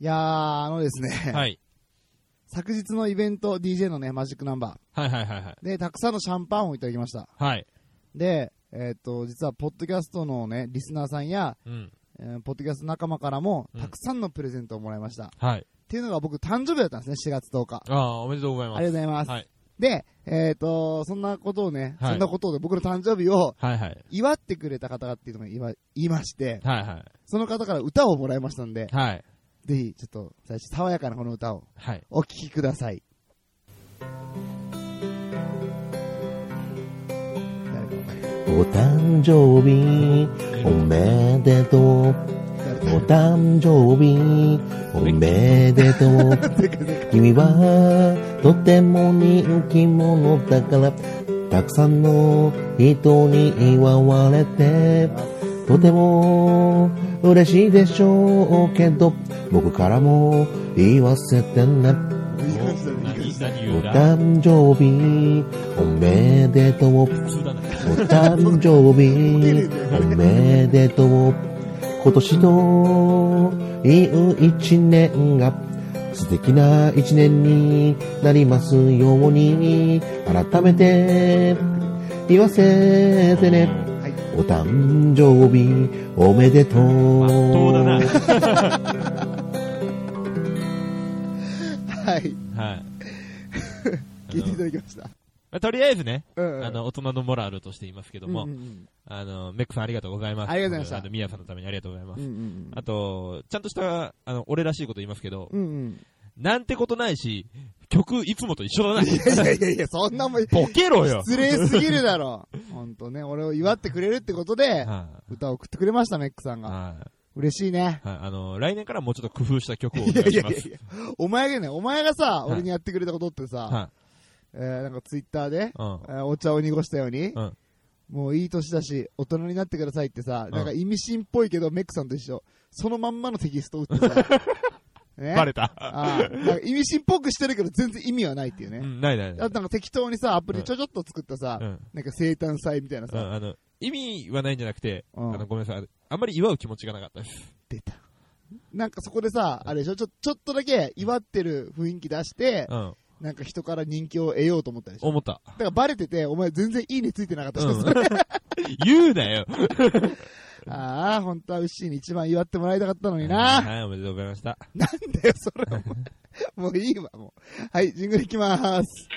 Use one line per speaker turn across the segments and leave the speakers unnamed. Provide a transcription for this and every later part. いやー、あのですね、
はい。
昨日のイベント、DJ のね、マジックナンバ
はいはいはいはい。
ー。で、たくさんのシャンパンをいただきました。
はい。
で、えーっと、実は、ポッドキャストのね、リスナーさんや、
うん。
えーポッドキャスト仲間からも
う、ん
たくさんのプレゼントをもらいました。っ
はい。
ていうのが僕、誕生日だったんですね、4月10日。
ああ、おめでとうござい
あ
ます。
りがとうございます。
はい
で、えーっと、そんなことをね、
はい
そんなことで僕の誕生日を
はいはい。
祝ってくれた方がっていうのが言わ言いまして、
はいは
その方から歌をもらいましたんで
い。、はい。
ぜひ、ちょっと、最初、爽やかなこの歌を
はい。
お聴きください。誰か
お誕生日おめでとう。
誰
お
か
誕生日おめでとう。君はとても人気者だから、たくさんの人に祝われて、とても嬉しいでしょうけど、僕からも言わせてね。
いい感じだね、いい感じだね。
お
何言うだ
誕生日おめでとう。
普通だね。
お誕生日、おめでとう。今年のいい一年が素敵な一年になりますように、改めて言わせてね。
はい。
お誕生日、おめでとう。
まっとうだな。
はい。
はい
聞いていただきました。
まあ。とりあえずね、
うんうん。
あの、大人のモラルとして言いますけども
うんう、ん
あの、メックさんありがとうございます。
ありがとうございました
あの、ミヤさんのためにありがとうございま
うん。う
す。
んうん
あと、ちゃんとした、あの、俺らしいこと言いますけど、
うん。うんうん。
なんてことないし、曲いつもと一緒だな。
いやいやいや、そんなもん、
ボケろよ。
失礼すぎるだろ。ほんとね、俺を祝ってくれるってことで、
は
歌を送ってくれました、メックさん
い。
が。
はい。
嬉しいね。
はいあの、来年からもうちょっと工夫した曲をお
い
願
や
い
い
し
や
ま
いや
す。
お前がね、お前がさ、
はい
俺にやってくれたことってさ、
は
えーなんかツイッターで
い。、うん。
えーお茶を濁したように
うん、
もういい年だし、大人になってくださいってさ、
ん
なんか意味深っぽいけど、メックさんと一緒。そのまんまのテキストを打 ってさ、ね
バレた。
あーなんか意味深っぽくしてるけど、全然意味はないっていう
う
ね。
ん、ないない
あ
な
と
い。
なんか適当にさ、アプリでちょちょっと作ったさ
う、ん。
なんか生誕祭みたいな
う
さ、
んあの、意味はないんじゃなくて、
うん
あの、ごめんなさい。あんまり祝う気持ちがなかったです。
出た。なんかそこでさ、あれでしょ、ちょ、ちょっとだけ祝ってる雰囲気出して、
うん。
なんか人から人気を得ようと思ったでしょ。
思った。
だからバレてて、お前全然いいねついてなかったし、
うん 言うなよ。
ああ、本当はウッシーに一番祝ってもらいたかったのにな。
はい、おめでとうございました。
なんだよ、それお前もういいわ、もう。はい、ジングルいきまーす。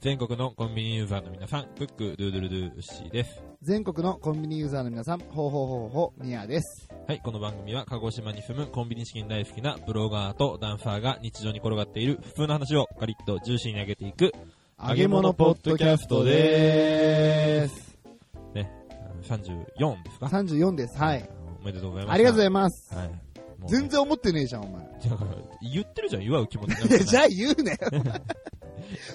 全国のコンビニユーザーの皆さん、クック、ドゥードゥルドゥー、ウッシーです。
全国のコンビニユーザーの皆さん、ほうほうほうほう、ミヤです。
はい、この番組は鹿児島に住むコンビニ資金大好きなブロガーとダンサーが日常に転がっている普通の話をガリッとジューシーに上げていく、揚げ物ポッドキャストでー
す。
34ですか
34です、はい。。
おめでとうございます。
ありがとうござ
い
います。
ます。はい。もう
全然思ってねえじゃん、お 前。
だから、言ってるじゃん、祝う気持ちなん
いや、
か
じゃあ言うなよ。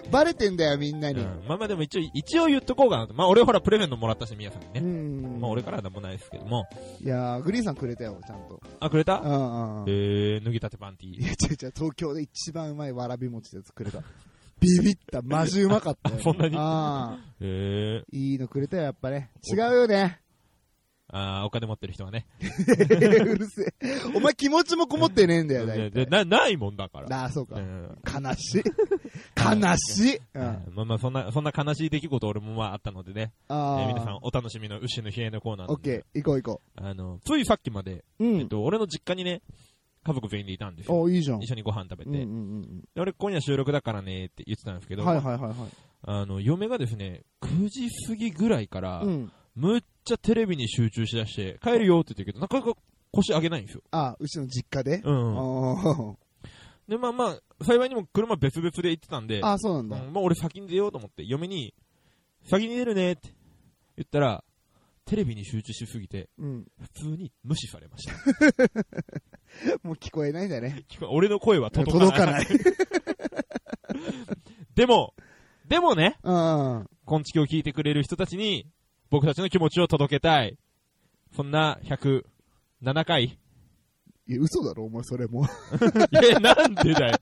バレてんだよ、みんなに。
うんまあまあでも一応、一応言っとこうかなと。まあ俺ほらプレゼントもらったし、皆さんに
う
ね。
ん。
まあ俺からはなんもないですけども。
いやー、グリーンさんくれたよ、ちゃんと。
あ、くれ
う
た
んうんうん。
えー、脱ぎたてパンティ
いや、違う違う、東京で一番うまいわらび餅で作れた。ビビった、マジうまか ったよ。
そんなに
ああ、
えー、
いいのくれたよ、やっぱね。違うよね。
あーお金持ってる人はね。
うるせえ。お前気持ちもこもってねえんだよ、だい
でな、ないもんだから。
ああ、そう
う
か。
ん
悲しい。 悲しい。うん。あ
まあまあそんな、そんな悲しい出来事俺もまああったのでね。え
あ
ー
ー。
皆さんお楽しみの牛の冷えのコーナ
オ
ーな
ッ
んで
ケー、行こう行こ
あの、ついさっきまで、
う。う
えっ
ん。
と、俺の実家にね、家族全員でいたんですよ。
おいいじゃん。
一緒にご飯食べ
うんうん
て。で俺今夜収録だからねって言ってたんですけ
うんう
ど
ん。、はいはいはいはい。
あの、嫁がですね、9時過ぎぐらいから
う、ん。
むっちゃテレビに集中しだして、帰るよって言ってるけど、なかなか腰上げないんですよ。
ああ、うちの実家で。
うんうん、
あ
で、まあまあ、幸いにも車別々で行ってたんで、
ああ、そうなんだ。
うん、もう俺先に出ようと思って、嫁に、先に出るねって言ったら、テレビに集中しすぎて、
うん。
普通に無視されました。
もう聞こえないんだね。
聞こえ 俺の声は届かない。
届かない。
でも、でもね、
うんうん。
こんちきを聞いてくれる人たちに、僕たちの気持ちを届けたい。そんな100、 7回
いや、嘘だろ、お前それも。
いや、なんでだよ。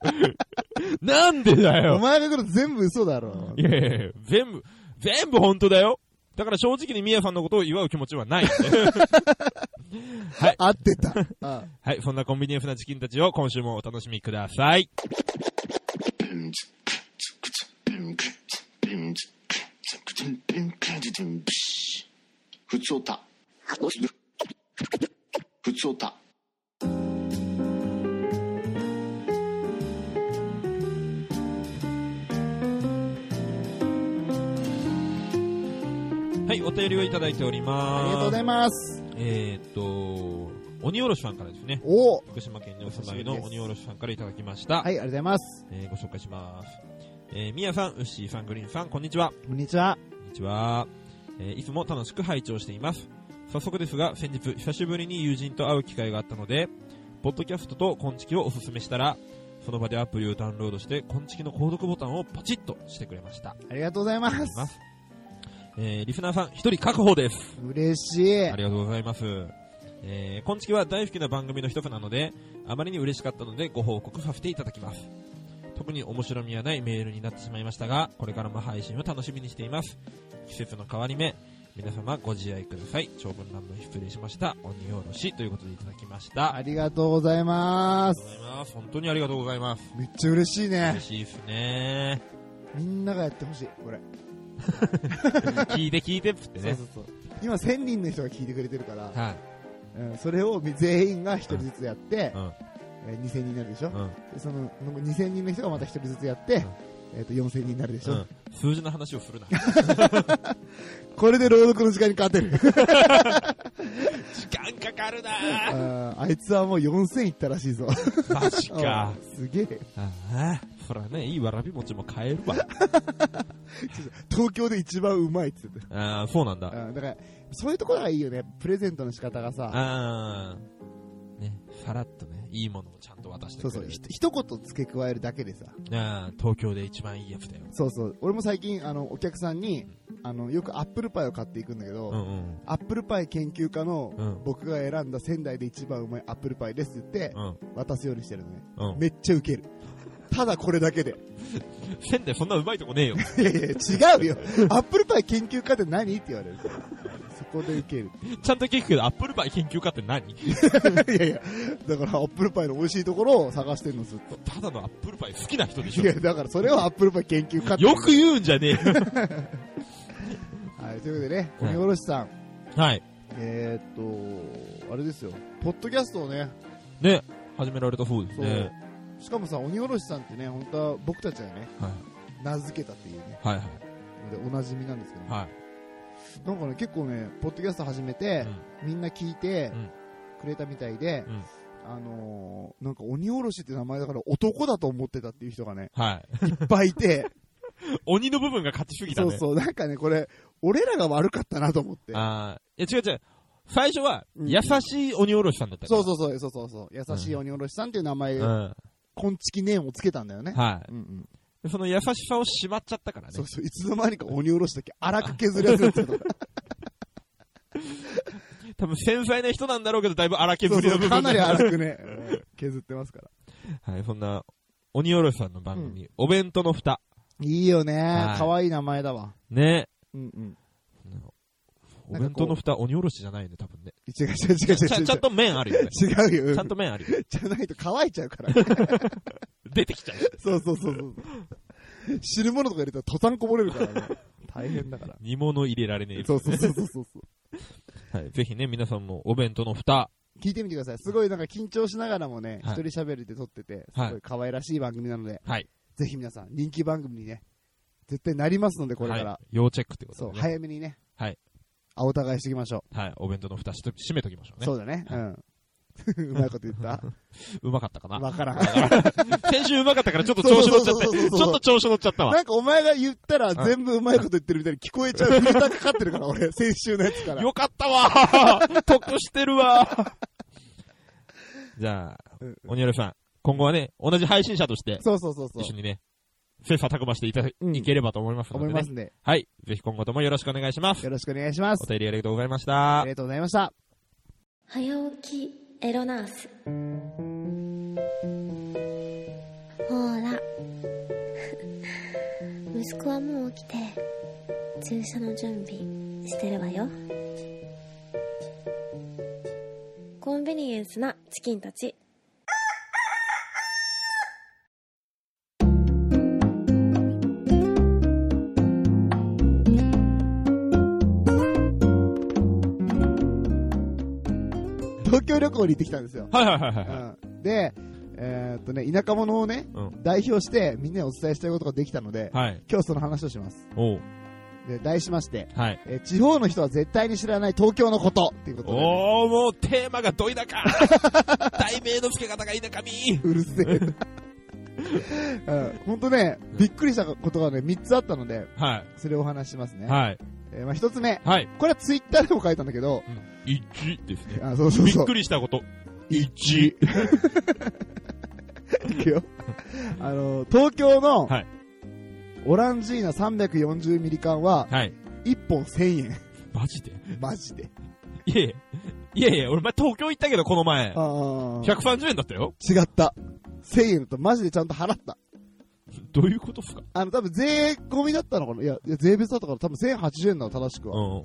なんでだ
お
よ。
前が来る全部嘘だろ
い。やいやいや全部、全部本当だよ。だから正直にミヤさんのことを祝う気持ちはない。 はい。
合ってた。あ
はい、そんなコンビニエンスなチキンたちを今週もお楽しみください。
ふつおた。ふつおた。
はい、お便りをいただいており
ありがとうご
ます。
ざいます。
えーっと、鬼おろしさんからですね。
お
福島県にお住まい
お久しぶり
の
です
鬼おろしさんからいただきました。
はい、ありがとうございます。
えーご紹介します。えー、みやさん、うっしーさん、グリーンさん、こんにちは。
こんにちは。
こんにちは。えーいつも楽しく拝聴しています。早速ですが、先日、久しぶりに友人と会う機会があったので、ポッドキャストとコンチキをおすすめしたら、その場でアプリをダウンロードして、コンチキの購読ボタンをポチッとしてくれました。
ありがとうございま
ありがとうご
す。
ざいます。えーリスナーさん、一人確保です。
嬉しい
あ。りがとうございます。えー、今月は大好きな番組の一つなので、あまりに嬉しかったのでご報告させていただきます。特に面白みはないメールになってしまいましたが、これからも配信を楽しみにしています。季節の変わり目、皆様ご自愛ください。長文乱文失礼しました。鬼おろしということでいただきました。
あ
あり
りがとうございま
がとう
す。
ございます。本当にありがとうございます。
めっちゃ嬉しい
嬉
ね。
しいですね。
みんながやってほしい、これ。
聞いて聞いてっつって
そう
ね
そ。うそう。今1000人の人が聞いてくれてるから、
はい。
うん、それを全員が1人ずつやって、
うん
えー2000人になるでしょ、
うん。
でそのその2000人の人がまた1人ずつやって、えー、と4000人になるでし
う
ょ、
ん。数字の話をするな。
これで朗読の時間に勝てる
時間かかるな
あ
ー
ーあいつはもう4000いったらしいぞ
マジか。
すげえ
ああ、ほらね、いいわらび餅も買えるわ。
東京で一番うまいっつってた
ああ、そうなんだ。
あーだからそういうところがいいよねプレゼントの仕方がさ
ああ、ね、さらっとね、いいものをちゃんと渡してく
そう
れる。
そうひ一言付け加えるだけでさ
ああ、東京で一番いいやつだよ。
そうそう俺も最近あのお客さんにあのよくアップルパイを買っていくんだけど、
うんうん。
アップルパイ研究家の
うん
僕が選んだ仙台で一番うまいアップルパイですって言って
うん。
渡すようにしてるのね。
うん。
めっちゃウケる。ただこれだけ で。
仙台そんなうまいとこね えよ。
いやいや、違うよ。アップルパイ研究家って何って言われる。そこでウケ る。
ちゃんと聞くけど、アップルパイ研究家って何
いやいや、だからアップルパイの美味しいところを探してるのずっと。
ただのアップルパイ好きな人でし
い
ょ
や、。だからそれをアップルパイ研究家って。
よく言うんじゃ ねえよ。
はい、ということでね、
はい
鬼おろしさん、
はい。
えーっと、あれですよ、ポッドキャストをね、
ね、始められたそうです
そう、
ね。
しかもさ、鬼おろしさんってね、本当は僕たちがね、
はい。
名付けたっていうね、
はい
のでおなじみなんですけど、
はい。
なんかね、結構ね、ポッドキャスト始め
は
て
い。、
みんな聞いて
うん
くれたみたいで、
うん
あのー、なんか鬼おろしって名前だから男だと思ってたっていう人がね、
うんはい。
いっぱいいて、
鬼の部分が勝ちすぎた
そ
ね。
うそう、なんかね、これ、俺らが悪かったなと思って。
ああ、いや違う違う。最初は、
うん
優しい鬼おろしさんだった
そう
う。
そうそう、そうそうそう、優しい鬼おろしさんっていう名前
う、ん。
こんちきネームをつけたんだよね。
は
うんうん。
い。その優しさをしまっちゃったからね
そう。そう、いつの間にか鬼おろしだけ荒く削るやつだった の。
多分繊細な人なんだろうけど、だいぶ荒
そ
削
う
りの
そ
部
う、
分
かなり
が
荒くね、 うん削ってますから。
はい、そんな、鬼おろしさんの番組、お弁当の蓋。
いいよ
は
ね
い。
可愛い名前だわ。
ね。
うんうん。
お弁当の蓋、鬼おろしじゃないね、多分ね。
違う違う違う違
ちゃ
う違
んちゃんと麺あるよ ね。
う。違うよ。
ちゃんと麺あるよ。
じゃないと乾いちゃうから。
出てきちゃう。
そうそうそうそう。汁物とか入れたら途端こぼれるからね。 大変だから。
煮物入れられねえ。
そうそうそうそうそう。
はい。ぜひね、皆さんもお弁当の蓋。
聞いてみてください。すごいなんか緊張しながらもね、
は
一
い
人喋りで撮ってて、す
はい
ごい可愛らしい番組なので、
はい。
ぜひ皆さん人気番組にね、絶対なりますので、これか
は
ら。
い要チェックってこ
そ
と
う、
でね。
早めにね。
はい。
あ、お互いしていきましょ
はい。お弁当の蓋しと閉めときましょう
う。
ね
そ。うだね。うん。 うまいこと言 った
うまかったかな。
わからん。
先週うまかったからちょっと調子乗っちゃ
そうそう
って、
そう
ち
そうそう
ょっと調子乗っちゃったわ。
なんかお前が言ったら全部うまいこと言ってるみたいに聞こえちゃうフィルターかかってるから、俺、先週のやつから。
よかったわ 得してるわ じゃあ
うん、
鬼丸さん、今後はね、同じ配信者として、
そうそうそうそう
一緒。にね、切磋琢磨していただ
うん
いければと思いますの
思い
で
ま
ね
す。んで、
はい。ぜひ今後ともよろしくお願いします。
よろしくお願いします
お。便りありがとうございまし
あ
た
り。がとうございました。
早起きエロナースほーら 息子はもう起きて注射の準備してるわよコンビニエンスなチキンたち
東京旅行に行ってきたんですよ。
はいはいはいはい。
うん、で、えーっとね、田舎者をね、
うん
代表してみんなにお伝えしたいことができたので、
はい。
今日その話をします。
おう。
で、題しまして、
はい。
えー地方の人は絶対に知らない東京のことっていうことで、
おー、もうテーマがどい だか題名の付け方がいなかみ
うるせえ な。うん、ほんとね、びっくりしたことがね、3つあったので、
は
それをお話ししますね。
い。はい。
えーまあ、1つ目、
はい。
これはツイッターでも書いたんだけど、
1ですね。
あそうそう
び
そ
っ
う
く。りしたこと。1。
いくよ あの、東京の
はい、
オランジーナ340ミリ缶は、
はい。
1本1000円。
マジで
マジで。
いやいや、いやいや、俺前東京行ったけど、この前。
あー
130円だったよ。
違った。1000円だとマジでちゃんと払った。
どういうことっすか
あの、多分税込みだったのかないや、いや税別だったから多分1080円なの、正しく
う
は。
ん。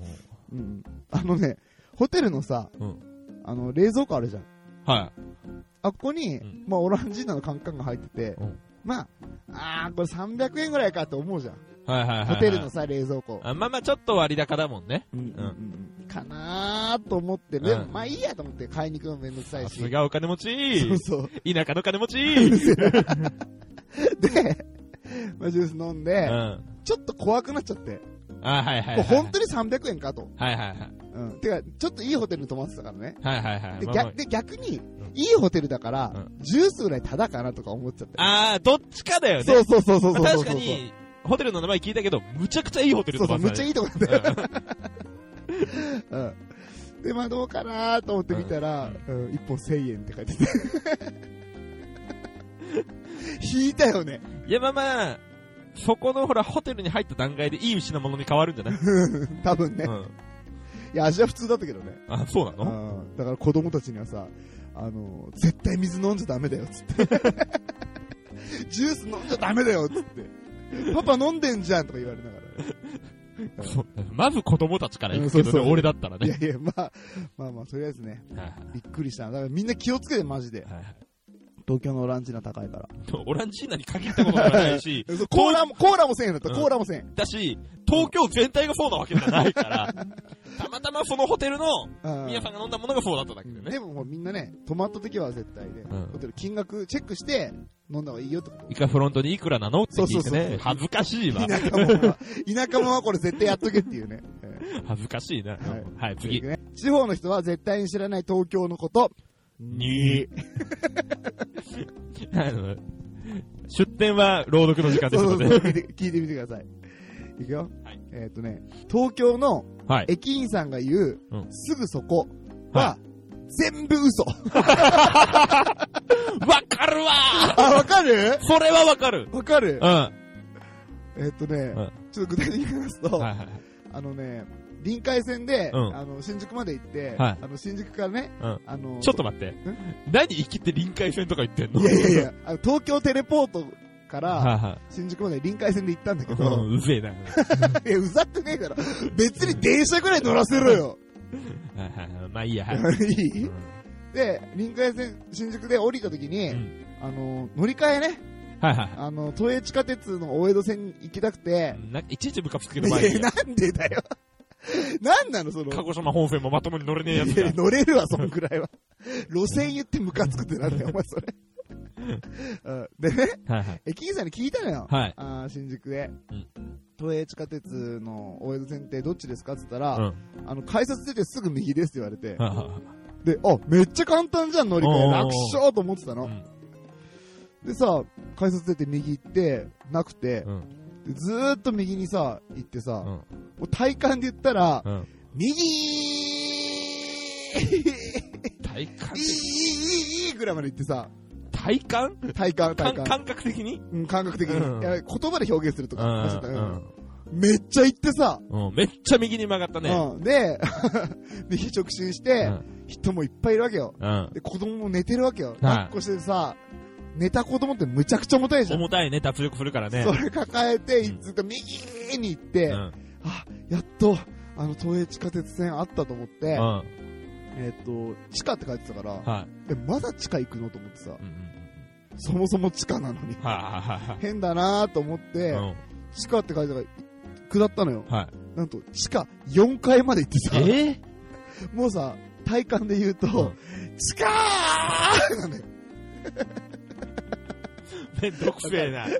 うん、あのね、ホテルのさ、
うん
あの、冷蔵庫あるじゃん。
は
あ、ここに、
うん
まあ、オランジーナのカンカンが入ってて、
うん
まあ、あー、これ300円ぐらいかって思うじゃん。
い。はいはいはいはい。
ホテルのさ、冷蔵庫。
あまあまあ、ちょっと割高だもんね。
うんうんうんかなーと思って、でも
うん
まあいいやと思って買いに行くのめんどくさい
さ
し。
すがお金持
そう
ち。
そう。
田舎の金持ち。
で、まあ、ジュース飲ん
う
で、
ん。
ちょっと怖くなっちゃって、
あ、はいはい
こ
は
れ
い。
本当に300円かと。
はいはいはい。
うん。てか、ちょっといいホテルに泊まってたからね。
はいはいはい。
で、
まあま
逆で逆に、
ん
いいホテルだから、
う
ジュースぐらいタダかなとか思っちゃって。
ああー、どっちかだよね。
そうそうそうそうそうそう。
まあ確か。に、ホテルの名前聞いたけど、むちゃくちゃいいホテル
そ
と
うそう、
か
むっちゃいいとこだったよ。
うん
うん。で、まあどうかなーと思ってみたら、うん、1本1000円って書いてて。引いたよね。
いや、まあまあ、そこのほら、ホテルに入った段階でいい品物に変わるんじゃない
多分ね
う。ん。
いや、味は普通だったけどね。
あ、そうなの
うんだから子供たちにはさ、あの、絶対水飲んじゃダメだよ、つ って。ジュース飲んじゃダメだよ、つって。パパ飲んでんじゃんとか言われながらね。うん
そうまず子供たちから行くけ
うん
ど
そ
ね、
うそう
俺だったら
い
ね。
やいや、まあ、まあまあ、とりあえずね、
はい
びっくりしたな。だからみんな気をつけて、マジで。
はいはいはい
東京のオランジーナ高いから。、
でもオランジーナに限ったことがないし
そうコーラも、コーラも1000円だった、
うん
コーラも1000円。
だし、東京全体がそうなわけじゃな いから、たまたまそのホテルの
うん
皆さんが飲んだものがそうだっただけでね。
でももうみんなね、泊まった時は絶対ね、
うん
ホテル金額チェックして飲んだ方がいいよってこと。
一回フロントにいくらなのって聞いて
そうそうそう
ね。恥ずかしいわ。
田舎者は、田舎者はこれ絶対やっとけっていうね。えー
恥ずかしいな。
はい
はい、次。
ね地方の人は絶対に知らない東京のこと。
に あの出店は朗読の時間です
そ
の
うそうそう聞い
で。
て聞いてみてください。いくよ。
はい
えーっ、とね、東京の
はい。
駅員さんが言う、
うん
すぐそこは、全部嘘。
わかるわ
あ、わかる
それはわかる
わかる
うん。は
えーっ、とね、
ん
ちょっと具体的に話すと、
いはいはい。
あのね、臨海線で、
うん
あの、新宿まで行って、
はい
あの、新宿からね、
うん
あの、
ちょっと待って。何生きて臨海線とか言ってんの
いやいやい。や、あの東京テレポートから、
はいはい。
新宿まで臨海線で行ったんだけ
う
ど、
ん、うぜえな。はい
や、うざくねえだろ。別に電車ぐらい乗らせろよ。
いはいはい。まあいいや、はい。
いうい
ん
で、臨海線、新宿で降りた時に、
うん
あの、乗り換えね、
はいはいは
あの、都営地下鉄の大江戸線に行きたくて、
い。なんかいちいち部活つけ
い
る前
や、
に、
なんでだよ。なんなの、その。
鹿児島本線もまともに乗れねえやつ
いや
が。
乗れるわ、そんくらいは。路線言ってムカつくってなん だよ、お前それ。うんでね、
はいはい。
駅員さんに聞いたのよ。
はい。
あー新宿で、
うん
都営地下鉄の大江戸線ってどっちですかって言ったら、
うん。はい
あの、改札出てすぐ右ですって言われて、
はいはい
で、あ、めっちゃ簡単じゃん、乗り換
おー
え。楽勝と思ってたの。でさ、改札出て右行って、なくて
う、ん。
でずーっと右にさ、行ってさ、
ん
もう体感で言ったら、
うん。
右ー
体感
いいいいいいぐらいまで行ってさ、
体感
体感、体
感
感。
感覚的に
うん感覚的に、
うん
いや言葉で表現するとか、話だった
う
うん
ん。
めっちゃ行ってさ、
うん、めっちゃ右に曲がったね。
うん、で、 で、非直進して、人もいっぱいいるわけよ。
うん。うん。
で、子供も寝てるわけよ。
い
抱っこしてさ、寝た子供ってむちゃくちゃ重たいじゃん。
重たいね、脱力するからね
そ。れ抱えて、
うん
ずっと右に行って、
うん。
あ、やっと、あの、東映地下鉄線あったと思っ
う
て、
ん。
えっ、と、地下って書いてたから、
はい。
え、まだ地下行くのと思ってさ、
うんうんうん
そもそも地下なのに。
はいは
変だなーと思って、
いはいはい。
地下って書いてたから、下ったのよ
う。ん。はい。
なんと、地下4階まで行ってさ、
え
もうさ、体感で言うと、地下ーなのよ。
めんどくせえな。
い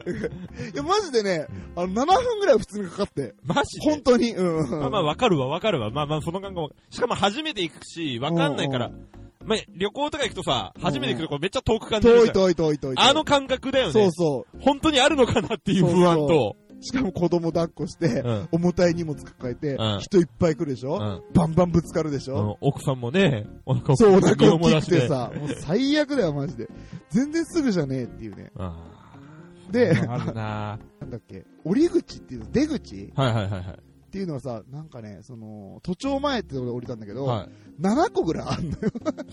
や、マジでね、あの、7分ぐらい普通にかかって、
マジ
本
で
当に、うん。
まあまあわかるわわかるわ。まあまあその感覚も。しかも初めて行くし、わかんないから
う。
まあ旅行とか行くとさ、初めて行くとこめっちゃ遠く感じる
遠
じ
い
ゃん。
遠い遠い遠い。
あの感覚だよ
そ
ね
う。そ
本当にあるのかなっていう不安と。
う。しかも子供抱っこして、
うん
重たい荷物抱えて、
うん
人いっぱい来るでし
う
ょ、
ん。
バンバンぶつかるでし
う
ょ、
ん奥さんもね、お腹
そう、お腹
身を
大
漏ら
き
し
くてさ、もう最悪だよ、マジで。全然すぐじゃねえっていうね。
あー
で
ある な
なんだっけ、折り口っていうの、出口
ぁはいはいはいはい。
っていうのはさ、なんかね、その、都庁前ってところで降りたんだけど、
は
7個ぐらいあんのよ。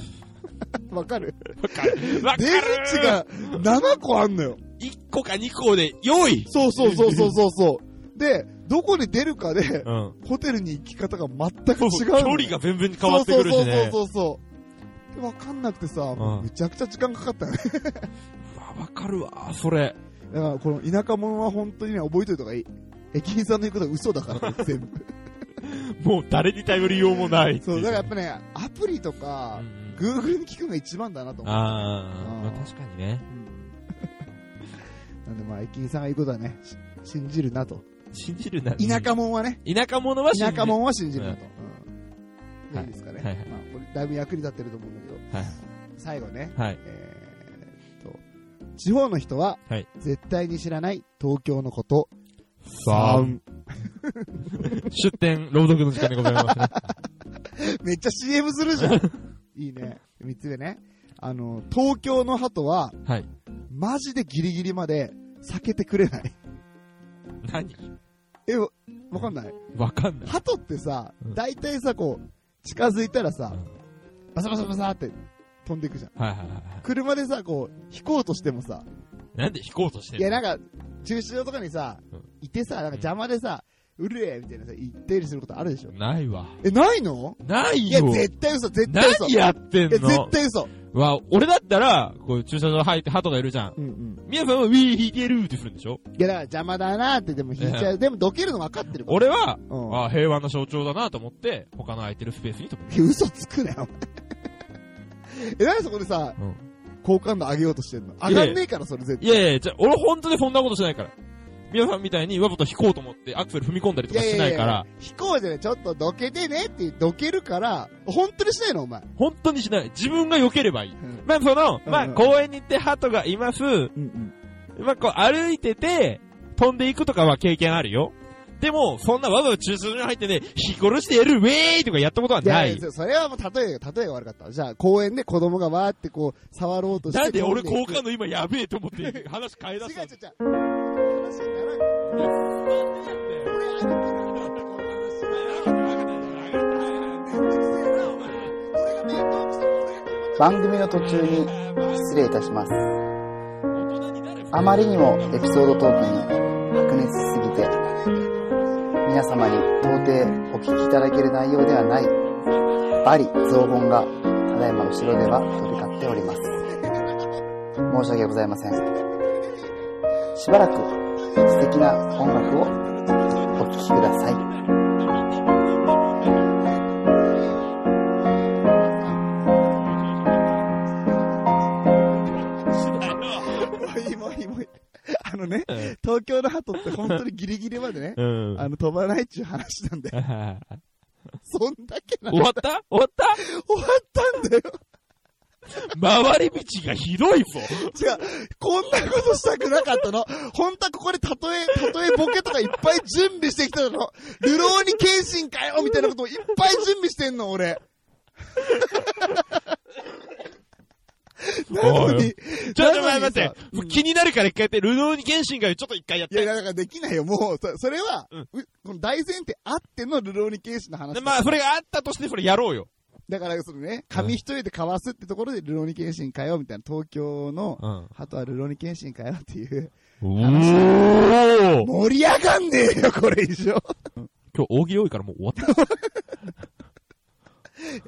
わかる
い。わかる。わか
出
る
口が7個あんのよ。
1個か2個で用意
そうそうそうそうそうそう。で、どこに出るかで、
うん。
ホテルに行き方が全く違う
距
のよ。
離が全然変わってくるし
そ
ね。
うそうそうそうそう。でわかんなくてさ、もうむちゃくちゃ時間かかったよね。
うわわかるわ、それ。
だから、この田舎者は本当にね、覚えといた方がいい。駅員さんの言うことは嘘だから、ね、 全部。
もう誰に頼りようもないってい
そう、だからやっぱね、アプリとか
うん、うん
Google に聞くのが一番だなと思う。
あー、まあ確かにね。
うん なんでまあ、駅員さんが言うことはね、し信じるなと。
信じるな。
田舎者はね、
田舎者は信じ
田
る。
舎者は信じるなと。うん
はい
いいですかね。
はいはい
まあ、これだいぶ役に立ってると思うんだけど、
はい。
最後ね、
はい。
えーっと、地方の人は
はい、
絶対に知らない東京のこと。
三。出店、朗読の時間でございますね。
めっちゃ CM する じゃん。いいね。三つ目ね。あの、東京の鳩は、
はい。
マジでギリギリまで避けてくれない。
何
え、わわかんない。
わかんない。
鳩ってさ
う、ん
大体さ、こう、近づいたらさ
うん、
バサバサバサって飛んでいくじゃん。
はいはいはいは
車でさ、こう、引こうとしてもさ、
い。なんで引こうとして
いや、
る
なんか、駐車場とかにさ
うん、
いてさ、なんか邪魔でさ、うるえみたいなさ、言ったりすることあるでしょ。
ないわ。
え、ないの
ない
いや、
よ。
絶対嘘、絶対嘘。
何やってん
いや、
の
絶対嘘。
わ、俺だったら、こう駐車場入って鳩がいるじゃん。
うんうん。
皆さんはウィー引いてるってするんでしょ
いや、だから邪魔だなってでも引いちゃう。でもどけるの分かってるから。
俺は、
うん
あ平和な象徴だなと思って、他の空いてるスペースに止める。
いや嘘つくな よ。え、なんでそこでさ、
うん
好感度上げようとしてんの上がんねえから、それ絶
いやいやいや、じゃあ俺本当にそんなことしないから。皆さんみたいにわざと引こうと思ってアクセル踏み込んだりと
対。
かしないから、
飛行じゃねちょっとどけてねって言うどけるから、本当にしないのお前。
本当にしない。自分が避ければいい。
ん
まあその、
うん
まあ公園に行って鳩がいます。
うんうん。
まあこう歩いてて、飛んでいくとかは経験あるよ。でも、そんなわざわざ駐車場に入ってね、引き殺してやるウェーイとかやったことはい
や
ないい。
や、それはもう例えが、例えが悪かった。じゃあ、公園で子供がわーってこう、触ろうとして。
なんで俺
飛ん
好
いく
感度今やべえと思って話変え
違う
出し
違
た
うん
だ
違 う。話にならんから
よ。
俺あの子がなんだこの話俺が面倒くさい俺が
番組の途中に失礼いたしますあまりにもエピソードトークに白熱しすぎて皆様に到底お聞きいただける内容ではないあり雑言がただいま後ろでは飛び交っております申し訳ございませんしばらく素敵な音楽をお聴きください
もういいもういいもういい。あのね、
うん、
東京の鳩って本当にギリギリまでね
うん。
あの飛ばないっちゅう話なんで、そんだけな
終
終わ
わった終わった
ったんだよ。
回り道がひどいぞ。
違う、こんなことしたくなかったの。本当はここで例え、例えボケとかいっぱい準備してきたの。流浪に謙信かよみたいなことをいっぱい準備してん の、俺。なの
お
に
い、 ちょっと待って待
なの
っ
にさ
て。もう気になるから一回やって、ルノーニケンシンがちょっと一回やっ
いや、
て。
だからできないよ。もう、そそれは、
うん
うこの大前提あってのルローニケーシの話だ。
まあ、それがあったとして、それやろうよ。
だから、そのね、紙一重でかわすってところでルローニケーシ変えようみたいな、東京の、
うん。
あとはルローニケーシ変えようっていう。
おー
盛り上がんね えよ、これ以上。
今日大喜利多いからもう終わった。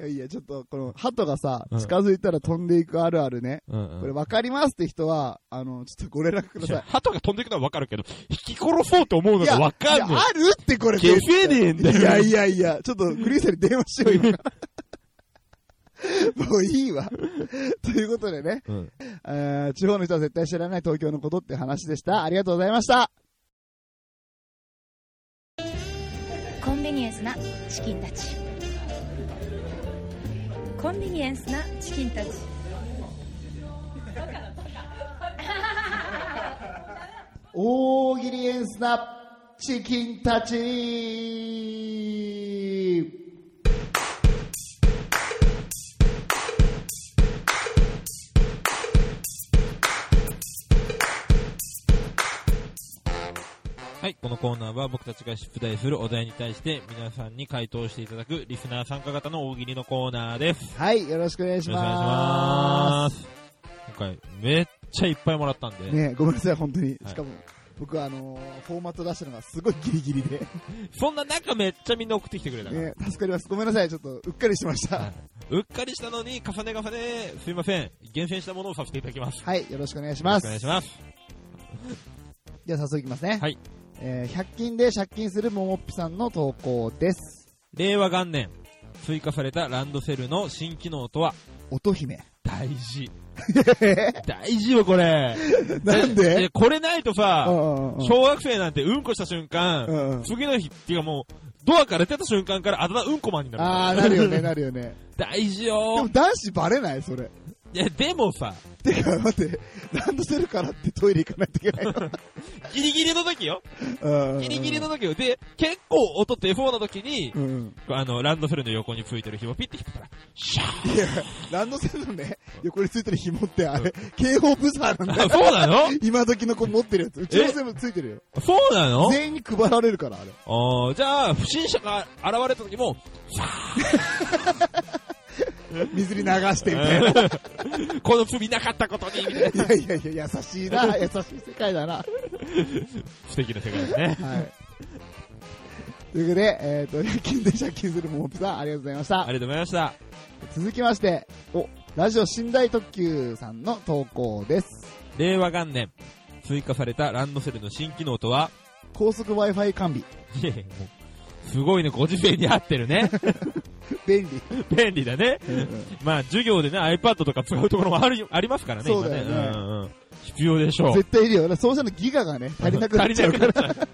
いやいや、ちょっと、この、鳩がさ
う、ん
近づいたら飛んでいくあるあるね。
うん
これわかりますって人は、あの、ちょっとご連絡ください。
鳩が飛んでいくのはわかるけど、引き殺そうって思うのがわか
い
ん
や、
ない。
あるってこれ。
消せねえんだよ
いやいやいや、ちょっとクリスさんに電話しよう、今。もういいわ。ということでね、
うん
えー地方の人は絶対知らない東京のことって話でした。ありがとうございました。
コンビニエンスなチキンたちコンビニエンスなチキンたち
大喜利エンスなチキンたち
はい、このコーナーは僕たちが出題するお題に対して皆さんに回答していただくリスナー参加型の大喜利のコーナーです。
はい、よろしくお願いし
よろしくお願いし
ま。
ますす。今回めっちゃいっぱいもらったんで、
ねごめんなさい、本当に。
はい
しかも、僕はあのーフォーマット出したのがすごいギリギリで。
そんな中めっちゃみんな送ってきてくれたから。
ね助かります。ごめんなさい、ちょっと、うっかりしてました。
はいうっかりしたのに重ね重ね、すいません。厳選したものをさせていただきます。
はい、よろしくお願いし
よ
ま
ろ
す。
くお願いします。
じゃあ早速いきますね。
はい。
えー、100均で借金するももっぴさんの投稿です。
令和元年、追加されたランドセルの新機能とは
乙姫。
大事。 大事よ、これ。
なん
いや
で
これないとさ、
うんうんうん
小学生なんてうんこした瞬間、
うんうん
次の日っていうかもう、ドアから出た瞬間からあだ名うんこマンになる。
あー、なるよね、なるよね。
大事
でも
よ
男子バレないそれ。
いや、でもさ、
てか、待って、ランドセルからってトイレ行かないといけないの
ギリギリの時よ。
うんうんうん。
ギリギリの時よ。で、結構音出そうな時に
う、んうん。
あの、ランドセルの横についてる紐ピッて引くから、シャー
いや、ランドセルのね、横についてる紐ってあれ、警報ブザーなんだ
あ
よ。
そうなの
今時の子持ってるやつ。うちの全部ついてるよ。
そうなの
全員に配られるから、あれ。
あーじゃあ、不審者が現れた 時も、
水に流してみたいな。
この罪なかったことに、みたいな。
いやいやいや、優しいな、優しい世界だな。は
素敵な世界です ね。
い。ということで、えっ、と、夜勤で借金するモープさん、ありがとうございまし
あ
た。
りがとうございました。
続きまして、お、ラジオ寝台特急さんの投稿です。
令和元年、追加されたランドセルの新機能とは、
高速 Wi-Fi 完備。
いやいやもうすごいね、ご時世に合って るね。
便利。
便利だね。
うん
まあ、授業でね、iPad とか使うところもあるよありますからね、
そう
今ね。
だよね
んうん必要でしょう。
絶対いるよ。だからそうしたらギガがね、足りなくなっちゃう
足り
か
な
ら。
くなっちゃう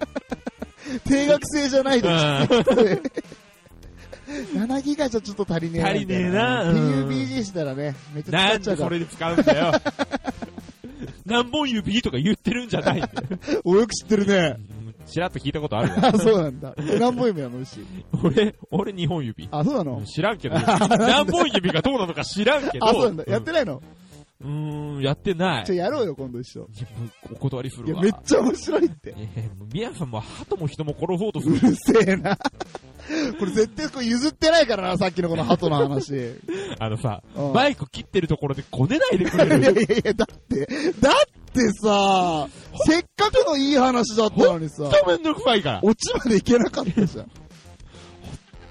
定額制じゃないで
うん
7ギガじゃちょっと足りねえみたい
足りねえなうん
PUBG したらね、めっちゃ使
な
っ
ん
ちゃう
で
か
そ
ら
れ。で使う んだよ。何本指とか言ってるんじゃないんだよ。
お、よく知ってるね。
ちらっと聞いたことあるわ
あ、そうなんだ。何本夢なのうし。
俺、俺2本指。
あ、そうなの
知らんけど、何本指がどうなのか知らんけど。
あ、そうなんだ。やってないの
うーん、やってない。
じゃやろうよ、今度一緒。
いやもうお断りす
い
る
や、
わ。
めっちゃ面白いって。
えーもう宮さんも鳩も人も殺そうとす
う
る。
るせえな。これ絶対これ譲ってないからな、さっきのこの鳩の話。い
あのさ
うん、
バイク切ってるところでこねないでくれ
やいやい
る。
や、だって、だってさ、せっかくのいい話だったのにさ
ほん、とめんどくさいから。
落ちまでいけなかったじゃん。
本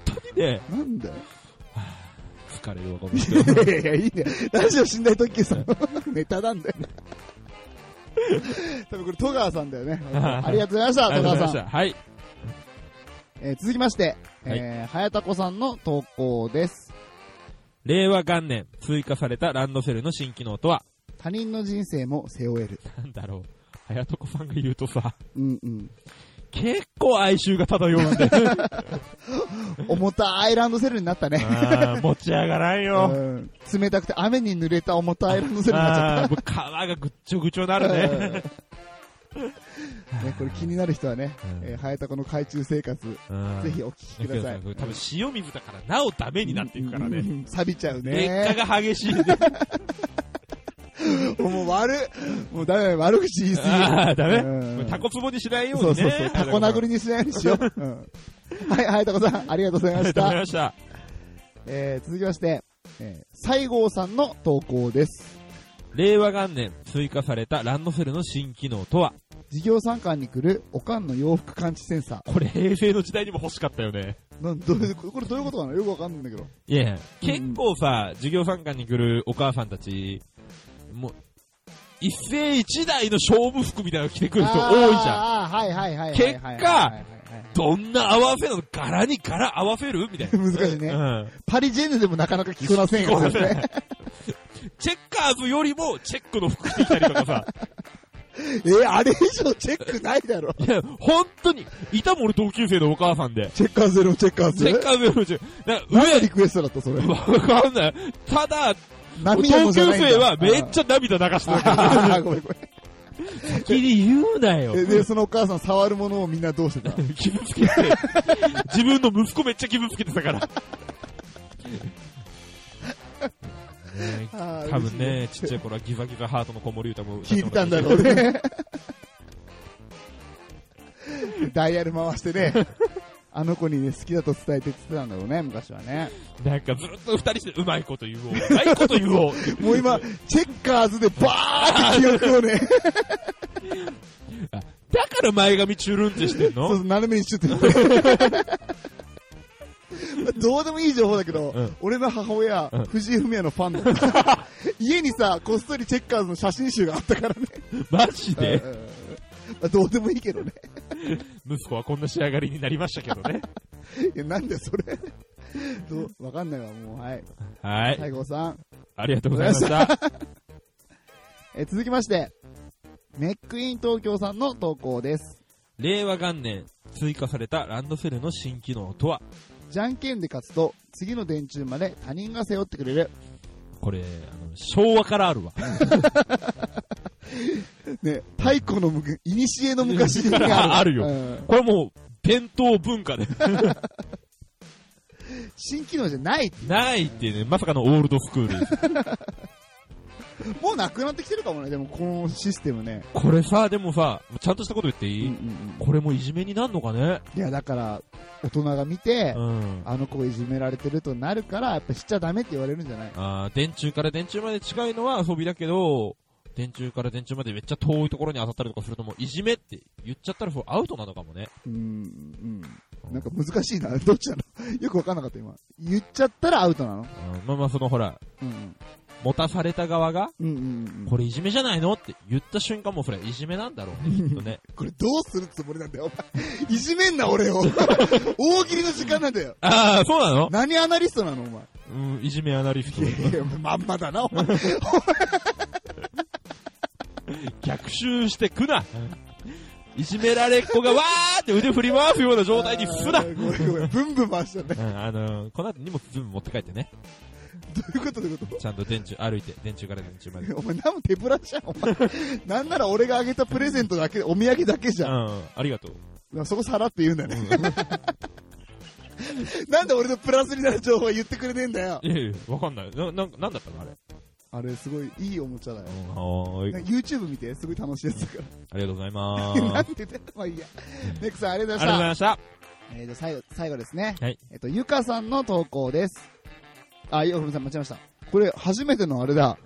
当にね、
なんだよ。
疲れるわ、この
い
人。
やいやいや、いいね。ラジオ寝台特急さ んのネタなんだよ。 多分これ戸川さんだよ ね。ありがとうございました、
あり
戸
がとうござい
川
まし
さん。
た。はい。
えー続きまして、
はい
えー、はやたこさんの投稿です。
令和元年、追加されたランドセルの新機能とは、
他人の人生も背負える。
なんだろう。早とこさんが言うとさ、
うんうん。
結構哀愁が漂うんだよ。
重たいランドセルになったね。
あー持ち上がらん
う
よ。
ん冷たくて雨に濡れた重たいランドセルになっちゃっ
あーもう皮がぐっちょぐちょにな
た。
る
うん
ね。
ね、これ気になる人はね
う、ん
えー、ハエタコの海中生活、
うん
ぜひお聞きください。
多分塩水だからなおダメになっていくからね。
うん。錆びちゃう
劣
ね。
化が激しいね。
もう悪いもうダメ、悪口言いすぎ。
あーダメ
うん
タコツボにしないよう
そう
にね。
そうそう。タコ殴りにしないようにしよ う。うんはい、はい、タコさん、ありがとうござい
あ
ま
りが
し
とう
た
ござい。ました。
えー続きまして、えー、西郷さんの投稿です。
令和元年追加されたランドセルの新機能とは
事業参観に来るおかんの洋服感知センサ
これ平成の時代にも欲しかったよね。
ー。なんどういうこれどういうことかなよくわかんないん だけど。
いやいや結構さ、授業参観に来るお母さんたち、もう、一世一代の勝負服みたいなの着てくる人多いじゃ
あ
ん。
ーあー、はいはいはいはい。
結果
はいはいはい
どんな合わせの柄に柄合わせるみたいな。
はい 難しいね。パリジェンヌでもなかなか着こなせんよ
うん。
ね。
チェッカーズよりもチェックの服着てきたりと かさ。
えーあれ以上チェックないだろ。
いや、本当に、いたもん俺同級生のお母さんで。
チェッカーゼロ、チェッカー
チ
ゼ
ェッ
ロ。
カーズよりもチェック。だから
何の
上
リクエストだったそ れ。
わかんない。ただ、同級
涙もじゃないんだ
生はめっちゃ涙流してたか
あーごめんご
ら。先に言うなよ
めん。えで、そのお母さん触るものをみんなどうしてた
傷つけて、自分の息子めっちゃ傷つけてたから。ね
あー
多分ね、ちっちゃい頃はギザギザハートの子守歌も歌
聞い
って
てた
もらっ
ん
て
だろうね。 ダイヤル回してね、あの子にね、好きだと伝えてって言ってたんだろうね、昔はね。
なんかずっと二人してうまいこと言おう、うまいこと言おう。
もう今、チェッカーズでバーって記憶を ね、
だから前髪チュルンってしてん
そうそ
の
う斜めにしちゃって。 どうでもいい情報だけど、
うん
俺の母親、
うん
藤井フミヤのファンだ った。家にさ、こっそりチェッカーズの写真集があったからね。
マジで
うんまあどうでもいいけどね。
息子はこんな仕上がりになりましたけどね。
いや、なんでそれ。 どうわかんないわ、もう。はい。
はい。
西郷さん。
ありがとうございました。
えー続きまして、ネックイン東京さんの投稿です。
令和元年、追加されたランドセルの新機能とは
じゃんけんで勝つと、次の電柱まで他人が背負ってくれる。
これ、あの昭和からあるわ。
ね、太古のむく、いにしえの昔に
ああるよ
うん
これもう、伝統文化で。
新機能じゃない。
ないっていうね、まさかのオールドスクール。
もうなくなってきてるかもね、でもこのシステムね。
これさ、でもさ、ちゃんとしたこと言ってい
うん
い、
うんうん
これもいじめになんのかね
いや、だから、大人が見て、
うん。
あの子いじめられてるとなるから、やっぱしちゃダメって言われるんじゃない
あー電柱から電柱まで近いのは遊びだけど、電柱から電柱までめっちゃ遠いところに当たったりとかするともういじめって言っちゃったらそうアウトなのかもね。
うん、うん。なんか難しいな。 どっちなのよくわかんなかった、今。言っちゃったらアウトなの
うんまあまあそのほら、
うん
持たされた側が、
うん。うんうんうん。
これいじめじゃないのって言った瞬間もうそれいじめなんだろうね、きっと ね。
これどうするつもりなんだよ、お前。いじめんな、 俺を。大喜利の時間なんだよ。
ああ、そうなの
何アナリストなの、お前。
うん、いじめアナリスト。
いや、まんまだな、お前。
逆襲してくな。いじめられっ子がわーって腕振り回すような状態にすな。
あー ごめんごめん。ブンブン回したね。
うん、あのー、この後荷物全部持って帰ってね。
どういうことどういうこと
ちゃんと電柱歩いて、電柱から電柱まで。
お前、何も手ぶらじゃん、お前。なんなら俺があげたプレゼントだけ、お土産だけじゃん。
うん、ありがとう。
そこさらって言うん だね。なんで俺のプラスになる情報は言ってくれねえんだよ。
いやいや、わかんない。な、なんか、なんだったのあれ。
あれ、すごいいいおもちゃだよ。
はーい。
なんか YouTube 見て、すごい楽しいやつだか
ありがとうございま
ら。な
ー
ん
す。
でだよまあい いや。ネックさん、ありがとうござ
ありがとう
い
ござい
まし
ました。
た。えー、じゃあ最後、最後ですね。
はい。
えっと、ゆかさんの投稿です。あ、いや、ごめんなさい、間違えました。これ、初めてのあれだ。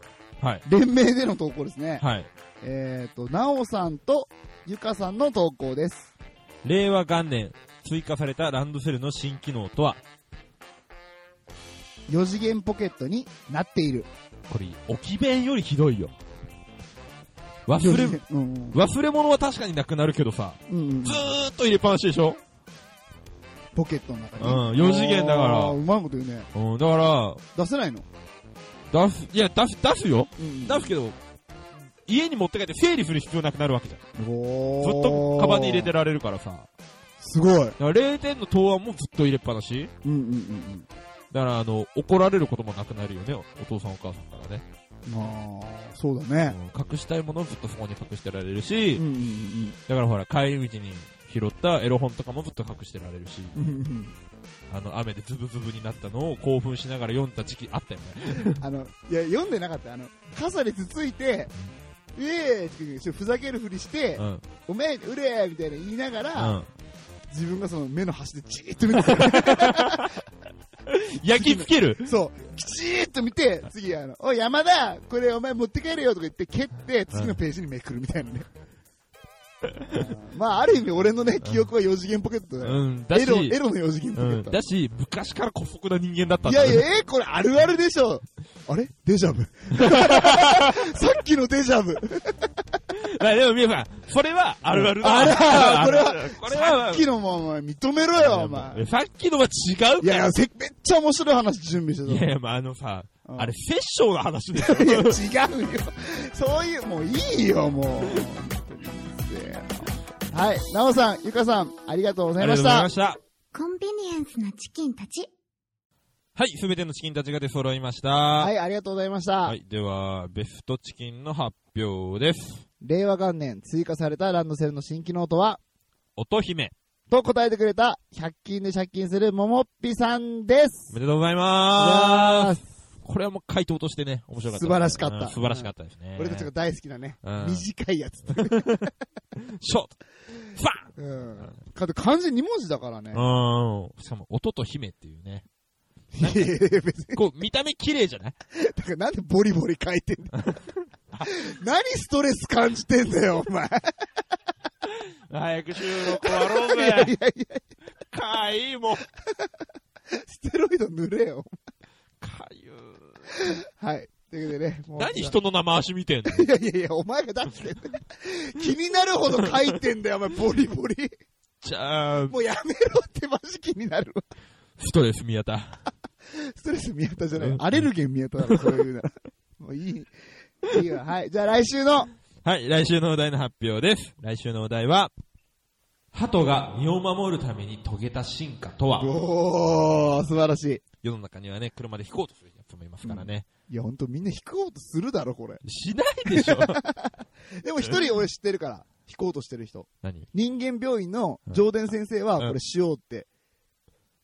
はい。
連名での投稿ですね。
はい。
えっと、なおさんとゆかさんの投稿です。
令和元年、追加されたランドセルの新機能とは、
4次元ポケットになっている。
これ、置き弁よりひどいよ。
四
忘
次
れ
元、うん
忘れ物は確かになくなるけどさ、
うん。うんうん
ずーっと入れっぱなしでしょ
ポケットの中に。
うん四次元だから
あーうまいこと言うね。
うん、だか
出せないの
ら、出す、いや、出す、出すよ。
うん
出すけど、家に持って帰って整理する必要なくなるわけじゃん。ず
お
っ
ー
とカバンに入れてられるからさ。だか
すごい。うん
ら0点の答案もずっと入れっぱなし
うんうん
だから、あの、怒られることもなくなるよね、お父さんお母さんからね。
うん。まあ、そうだね。
うん隠したいものをずっとそこに隠してられるし、
うんうん
だからほら、帰り道に拾ったエロ本とかもずっと隠してられるし、
うんうんうん。
あの、雨でズブズブになったのを興奮しながら読んだ時期あったよね。
あの、いや、読んでなかった。あの、傘でつついて、うえーって言うけどふざけるふりして、
うん。
おめえ、うれーみたいな言いながら、
うん。
自分がその目の端でじーっと見 て
焼き付ける
そう、きちーっと見て、次、あの、おい、山田、これお前持って帰れよとか言って、蹴って、次のページにめくるみたいなね。 まあ、ある意味俺のね、記憶は4次元ポケットだよ。
うん。だ
エ
し、
ロ、エロの4次元ポケ
う
ッ
ん。
ト。
だし、昔から古速な人間だったん
い
だ
や
ね
いや、えーこれあるあるでしょ。あれデジャ ブ。さっきのデジャブ。
あでも皆さん、それはあるあるだ。
あるある
あるあるこれは、
さっきのもお前認めろよ、お前。
さっきのは違うから。
いやいや、せめっちゃ面白い話準備してた
い
の
やいや、まあ、あのさ、
うん
あれ、殺生の話でしょ。
いや、違うよ。そういう、もういいよ、もう。はい、なおさん、ゆかさん、ありがとうございまし
ありがとうござい
た
ま。した。
コンビニエンスなチキンたち。
はい、すべてのチキンたちが出揃いました。
は
はい。
い、ありがとうございました。
では、ベストチキンの発表です。
令和元年、追加されたランドセルの新機能とは、
乙姫、
と答えてくれた、100均で借金するももっぴさんです
お。めでとうござい
あ
ま
あ
す。これはもう回答としてね、面白かった。
素晴らしかった
うん素晴らしかったですね。
俺たちが大好きなね、
うん
短いやつ。
ショートファン
うん。かと漢字2文字だからね。
うん。しかも、音と姫っていうね。
いやいや別に。
こう、見た目綺麗じゃない
だからなんでボリボリ書い てんだよ何ストレス感じてんだよ、お前。
早く収録終わろう
いやい
ぜ。
やいや、
かいもう。
ステロイド塗れよ。
かゆ
はい。ということでね。もう
何人の生足見てんの
いやいやいや、お前が出してんだよ気になるほど書いてんだよ、お前、ボリボリ。
じゃあ、
もうやめろってマジ気になるわ。
ストレス宮田。
ストレス宮田じゃな
う
い。
ん
アレルゲン宮田だろ、そういうなら。もういい。いいわ。はい。じゃあ来週の、
はい、来週のお題の発表です。来週のお題は、鳩が身を守るために遂げた進化とは、
おー、素晴らしい。
世の中にはね、車で引こうとするやつもいますからね。
いや、ほんとみんな引こうとするだろ、これ。
しないでしょ
でも一人俺知ってるから、引こうとしてる人。
何
人間病院の上田先生は、
うん
これしようって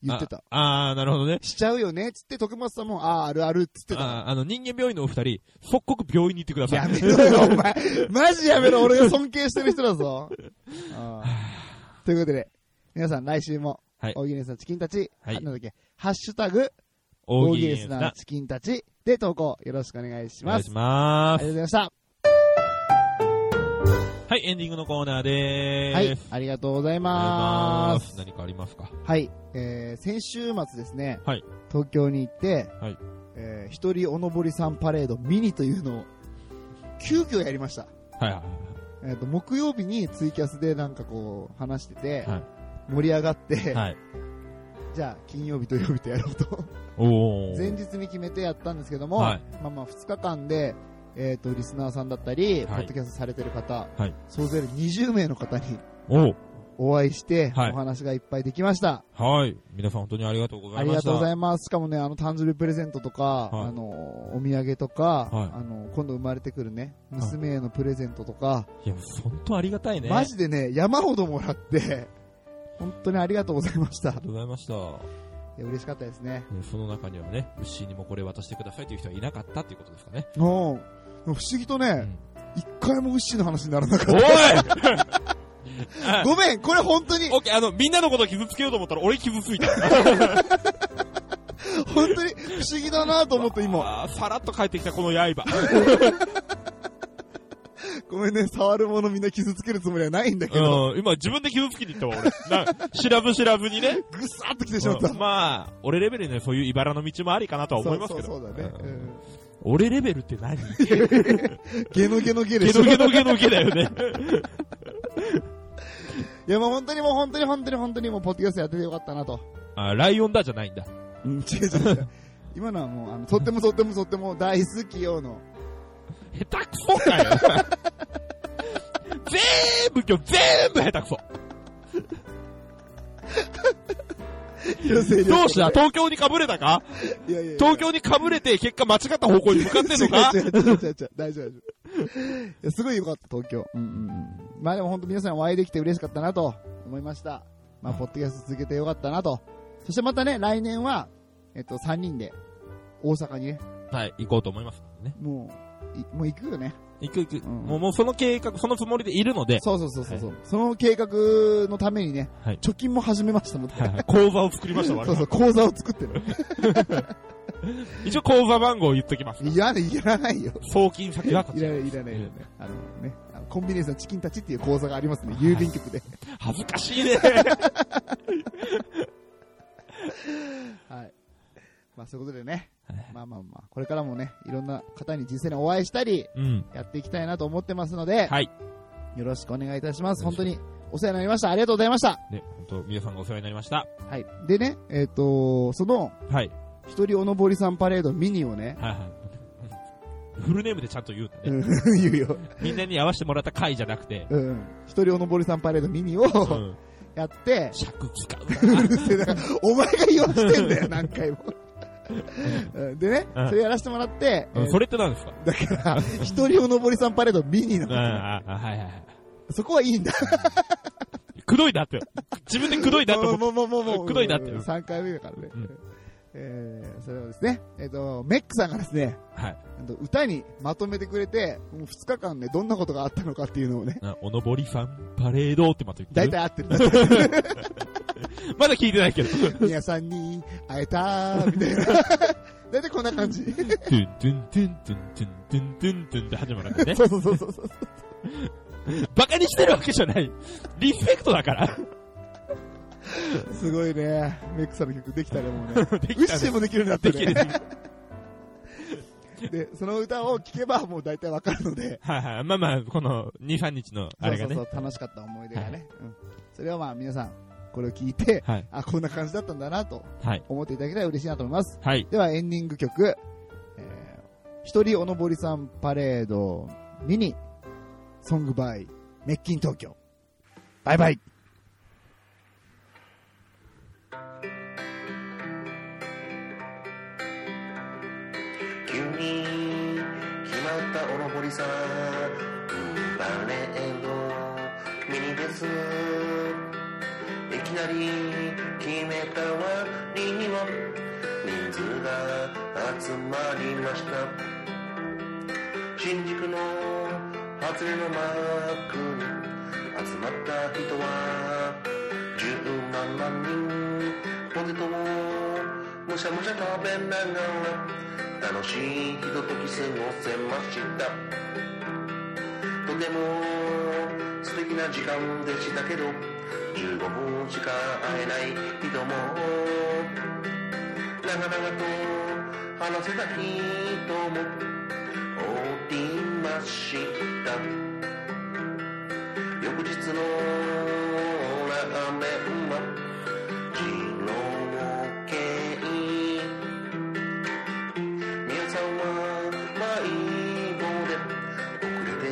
言ってた。。
ああー、なるほどね。
しちゃうよねっつって、徳松さんも、ああ、あるあるっつってた。
あーあの、人間病院のお二人、即刻病院に行ってください。
やめろよ、お前。マジやめろ、俺が尊敬してる人だぞ。ああということで、皆さん来週も、
はい
大喜利ですなチキンたち、
はい
なんだっけ、ハッシュタグ、
大
大
喜
喜利
利
で
で
すす
な
な。チキンたちで投稿よろしくお願いし
お願
ま
い
す。
しま
あ
す
り。がとうございました。
はい、エンディングのコーナーでーす。
はい、ありがとうござい
お願
ま。
いしますす。何かありますか
はい、えー、先週末ですね、
はい
東京に行って、
はい
えー一人おのぼりさんパレードミニというのを、急遽やりました。
はいはい
えっ、と、木曜日にツイキャスでなんかこう、話してて、
はい
盛り上がって、
はい。はい。
じゃあ、金曜日と曜日とやろうと、
おー。
前日に決めてやったんですけども、
はい
まあまあ2日間で、えっ、と、リスナーさんだったり、
い
ポッドキャストされてる方、
はい
総勢20名の方に
おー。
お会いして、
はい
お話がいっぱいできました。
はい。皆さん本当にありがとうござ
あ
い
り
ま
が
した。
とうございます。しかもね、あの、誕生日プレゼントとか、
はい
あの、お土産とか、
はい
あの、今度生まれてくるね、娘へのプレゼントとか、
いや、本当ありがたいね。
マジでね、山ほどもらって、本当にありがとうございました。い
ありがとうございました。ね
や嬉しかったですね。
その中にはね、牛にもこれ渡してくださいという人はいなかったっていうことですかね。
おう不思議と
う
ね、
ん
一回もウッシーの話にならなかった
おい
ごめん、これ本当に
オ、ッケー、あの、みんなのことを傷つけようと思ったら俺傷ついた。
本当に不思議だなと思って今。
あーさらっと帰ってきたこの 刃。
ごめんね、触るものみんな傷つけるつもりはないんだけど、
うん、今自分で傷つけていったわ、 俺。な知らず知らずにね。
ぐさっと来てしまった
うん。まあ、俺レベルでね、そういう茨の道もありかなとは思いますけど。
そうそうそうだね。
う
うんん
俺レベルって何
ゲノゲノゲで
ゲ
しょ
ド。ゲドゲドゲだよ ね。
いやもう本当にもう本当に本当に本当にもうポッドキャストやっててよかったなと。
あ、ライオンだじゃないんだ。
うん、 違う違う違う。今のはもう、あの、とってもとってもとっても大好きよの。
下手くそかよ。全部今日全部下手くそ。 どうした東京にかぶれたか
いやいやいや
東京にかぶれて結果間違った方向に向かってんのか
違う違う違う違う違う大丈夫大丈夫。いや、すごいよかった、東京。うんうんうん。まあでも本当皆さんお会いできて嬉しかったなと思いました。まあ、ポッドキャスト続けてよかったなと。そしてまたね、来年は、えっと、3人で、大阪にね、
はい、行こうと思いますね。
もう、いもう行くよね。
行く行く、
ん
もうもうその計画、そのつもりでいるので、
そうそうそうそうそう。その計画のためにね、
はい
貯金も始めましたので。
はいはい口座を作りました、我
そう
々
そう、口座を作ってる。
一応口座番号を言っときます。
いや、いらないよ。
送金先はこ
い
ち
ら
ら
な。い、いらない。あのね、あのコンビニエンスのチキンたちっていう口座がありますね、郵便局で。
恥ずかしいね。
はい。まあ、そういうことでね、まあまあまあ、これからもね、いろんな方に実際にお会いしたり、
うん。
やっていきたいなと思ってますので、
はい。
よろしくお願いいたします。
よろ
本
しく
当にお世話になりました。ありがとうございました。
ね、本当皆さんがお世話になりました。
はい。でね、えっ、と、その、
はい。
一人おのぼりさんパレードミニをね、
はいはい。フルネームでちゃんと言うんだ
う
ね。
ん 言うよ。
みんなに合わせてもらった回じゃなくて、
うん。一人おのぼりさんパレードミニを、
うん。
やって、
尺使うな。
うるせえだからお前が言わしてんだよ、 何回も。うんでね
うん、
それやらせてもらって、え
うん
ー
それって何ですか
だから、一人おのぼりさんパレードミニな
うん、
の。
あ、あはいはいはい。
そこはいいんだ。
くどいなって。自分でくどいなって 思
も
っ
うもうもうもうもう、
くどいなって
3回目だからね
うん。
えーそれをですね、えっと、メックさんがですね、
た。はい。
あの歌にまとめてくれて、もう2日間ね、どんなことがあったのかっていうのをね、
なおのぼりさん、パレードってまた言って
大
る。
体合ってる。
まだ聞いてないけど。
皆さんに会えたー、みたいな。大体こんな感じ。
トゥントゥントゥントゥントゥントゥントゥントゥンって始まるんだね。
そうそうそうそうそう。
バカにしてるわけじゃない。リスペクトだから。
すごいね。メックさんの曲できたね、もうね。ウ
で
ッシーもできるようになって
できる。
る、
は
ね。
い
で、その歌を聴けばもう大体わかるので。
はい。まあまあ、この2、3日の あれがね
そう。そうそう、楽しかった思い出がね。うん。それはまあ皆さん、これを聞いて、
はい。
あ、こんな感じだったんだなと
はい。
思っていただけたら嬉しいなと思います。
はい。
ではエンディング曲、えー、一人おのぼりさんパレードミニ、ソングバイ、メッキン東京。バイバイ
急に決まったおのぼりさんバレードミニですいきなり決めた割には人数が集まりました新宿の外れのマークに集まった人は10万人ポテトをむしゃむしゃ食べながら楽しいひととき過ごせましたとても素敵な時間でしたけど15分しか会えない人も長々と話せた人もおりました翌日のラーメンは二郎系皆さんは迷子で遅れて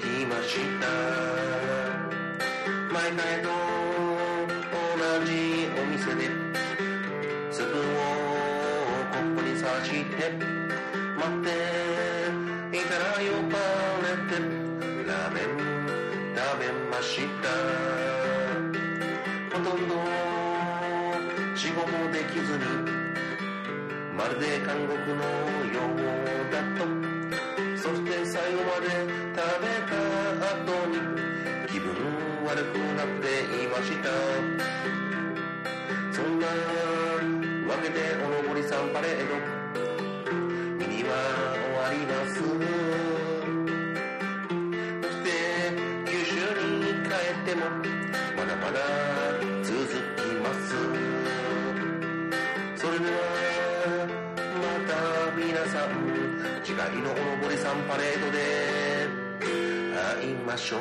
きました毎回と同じお店でスプーンをコップに刺して待っていたら呼ばれてラーメン食べましたほとんど仕事もできずにまるで監獄のようだとそして最後まで食べた後に気分悪くなっていましたそんなわけでおのぼりさんパレードミニは終わりますそして九州に帰ってもまだまだ続きますそれではまた皆さん次回のおのぼりさんパレードで会いましょう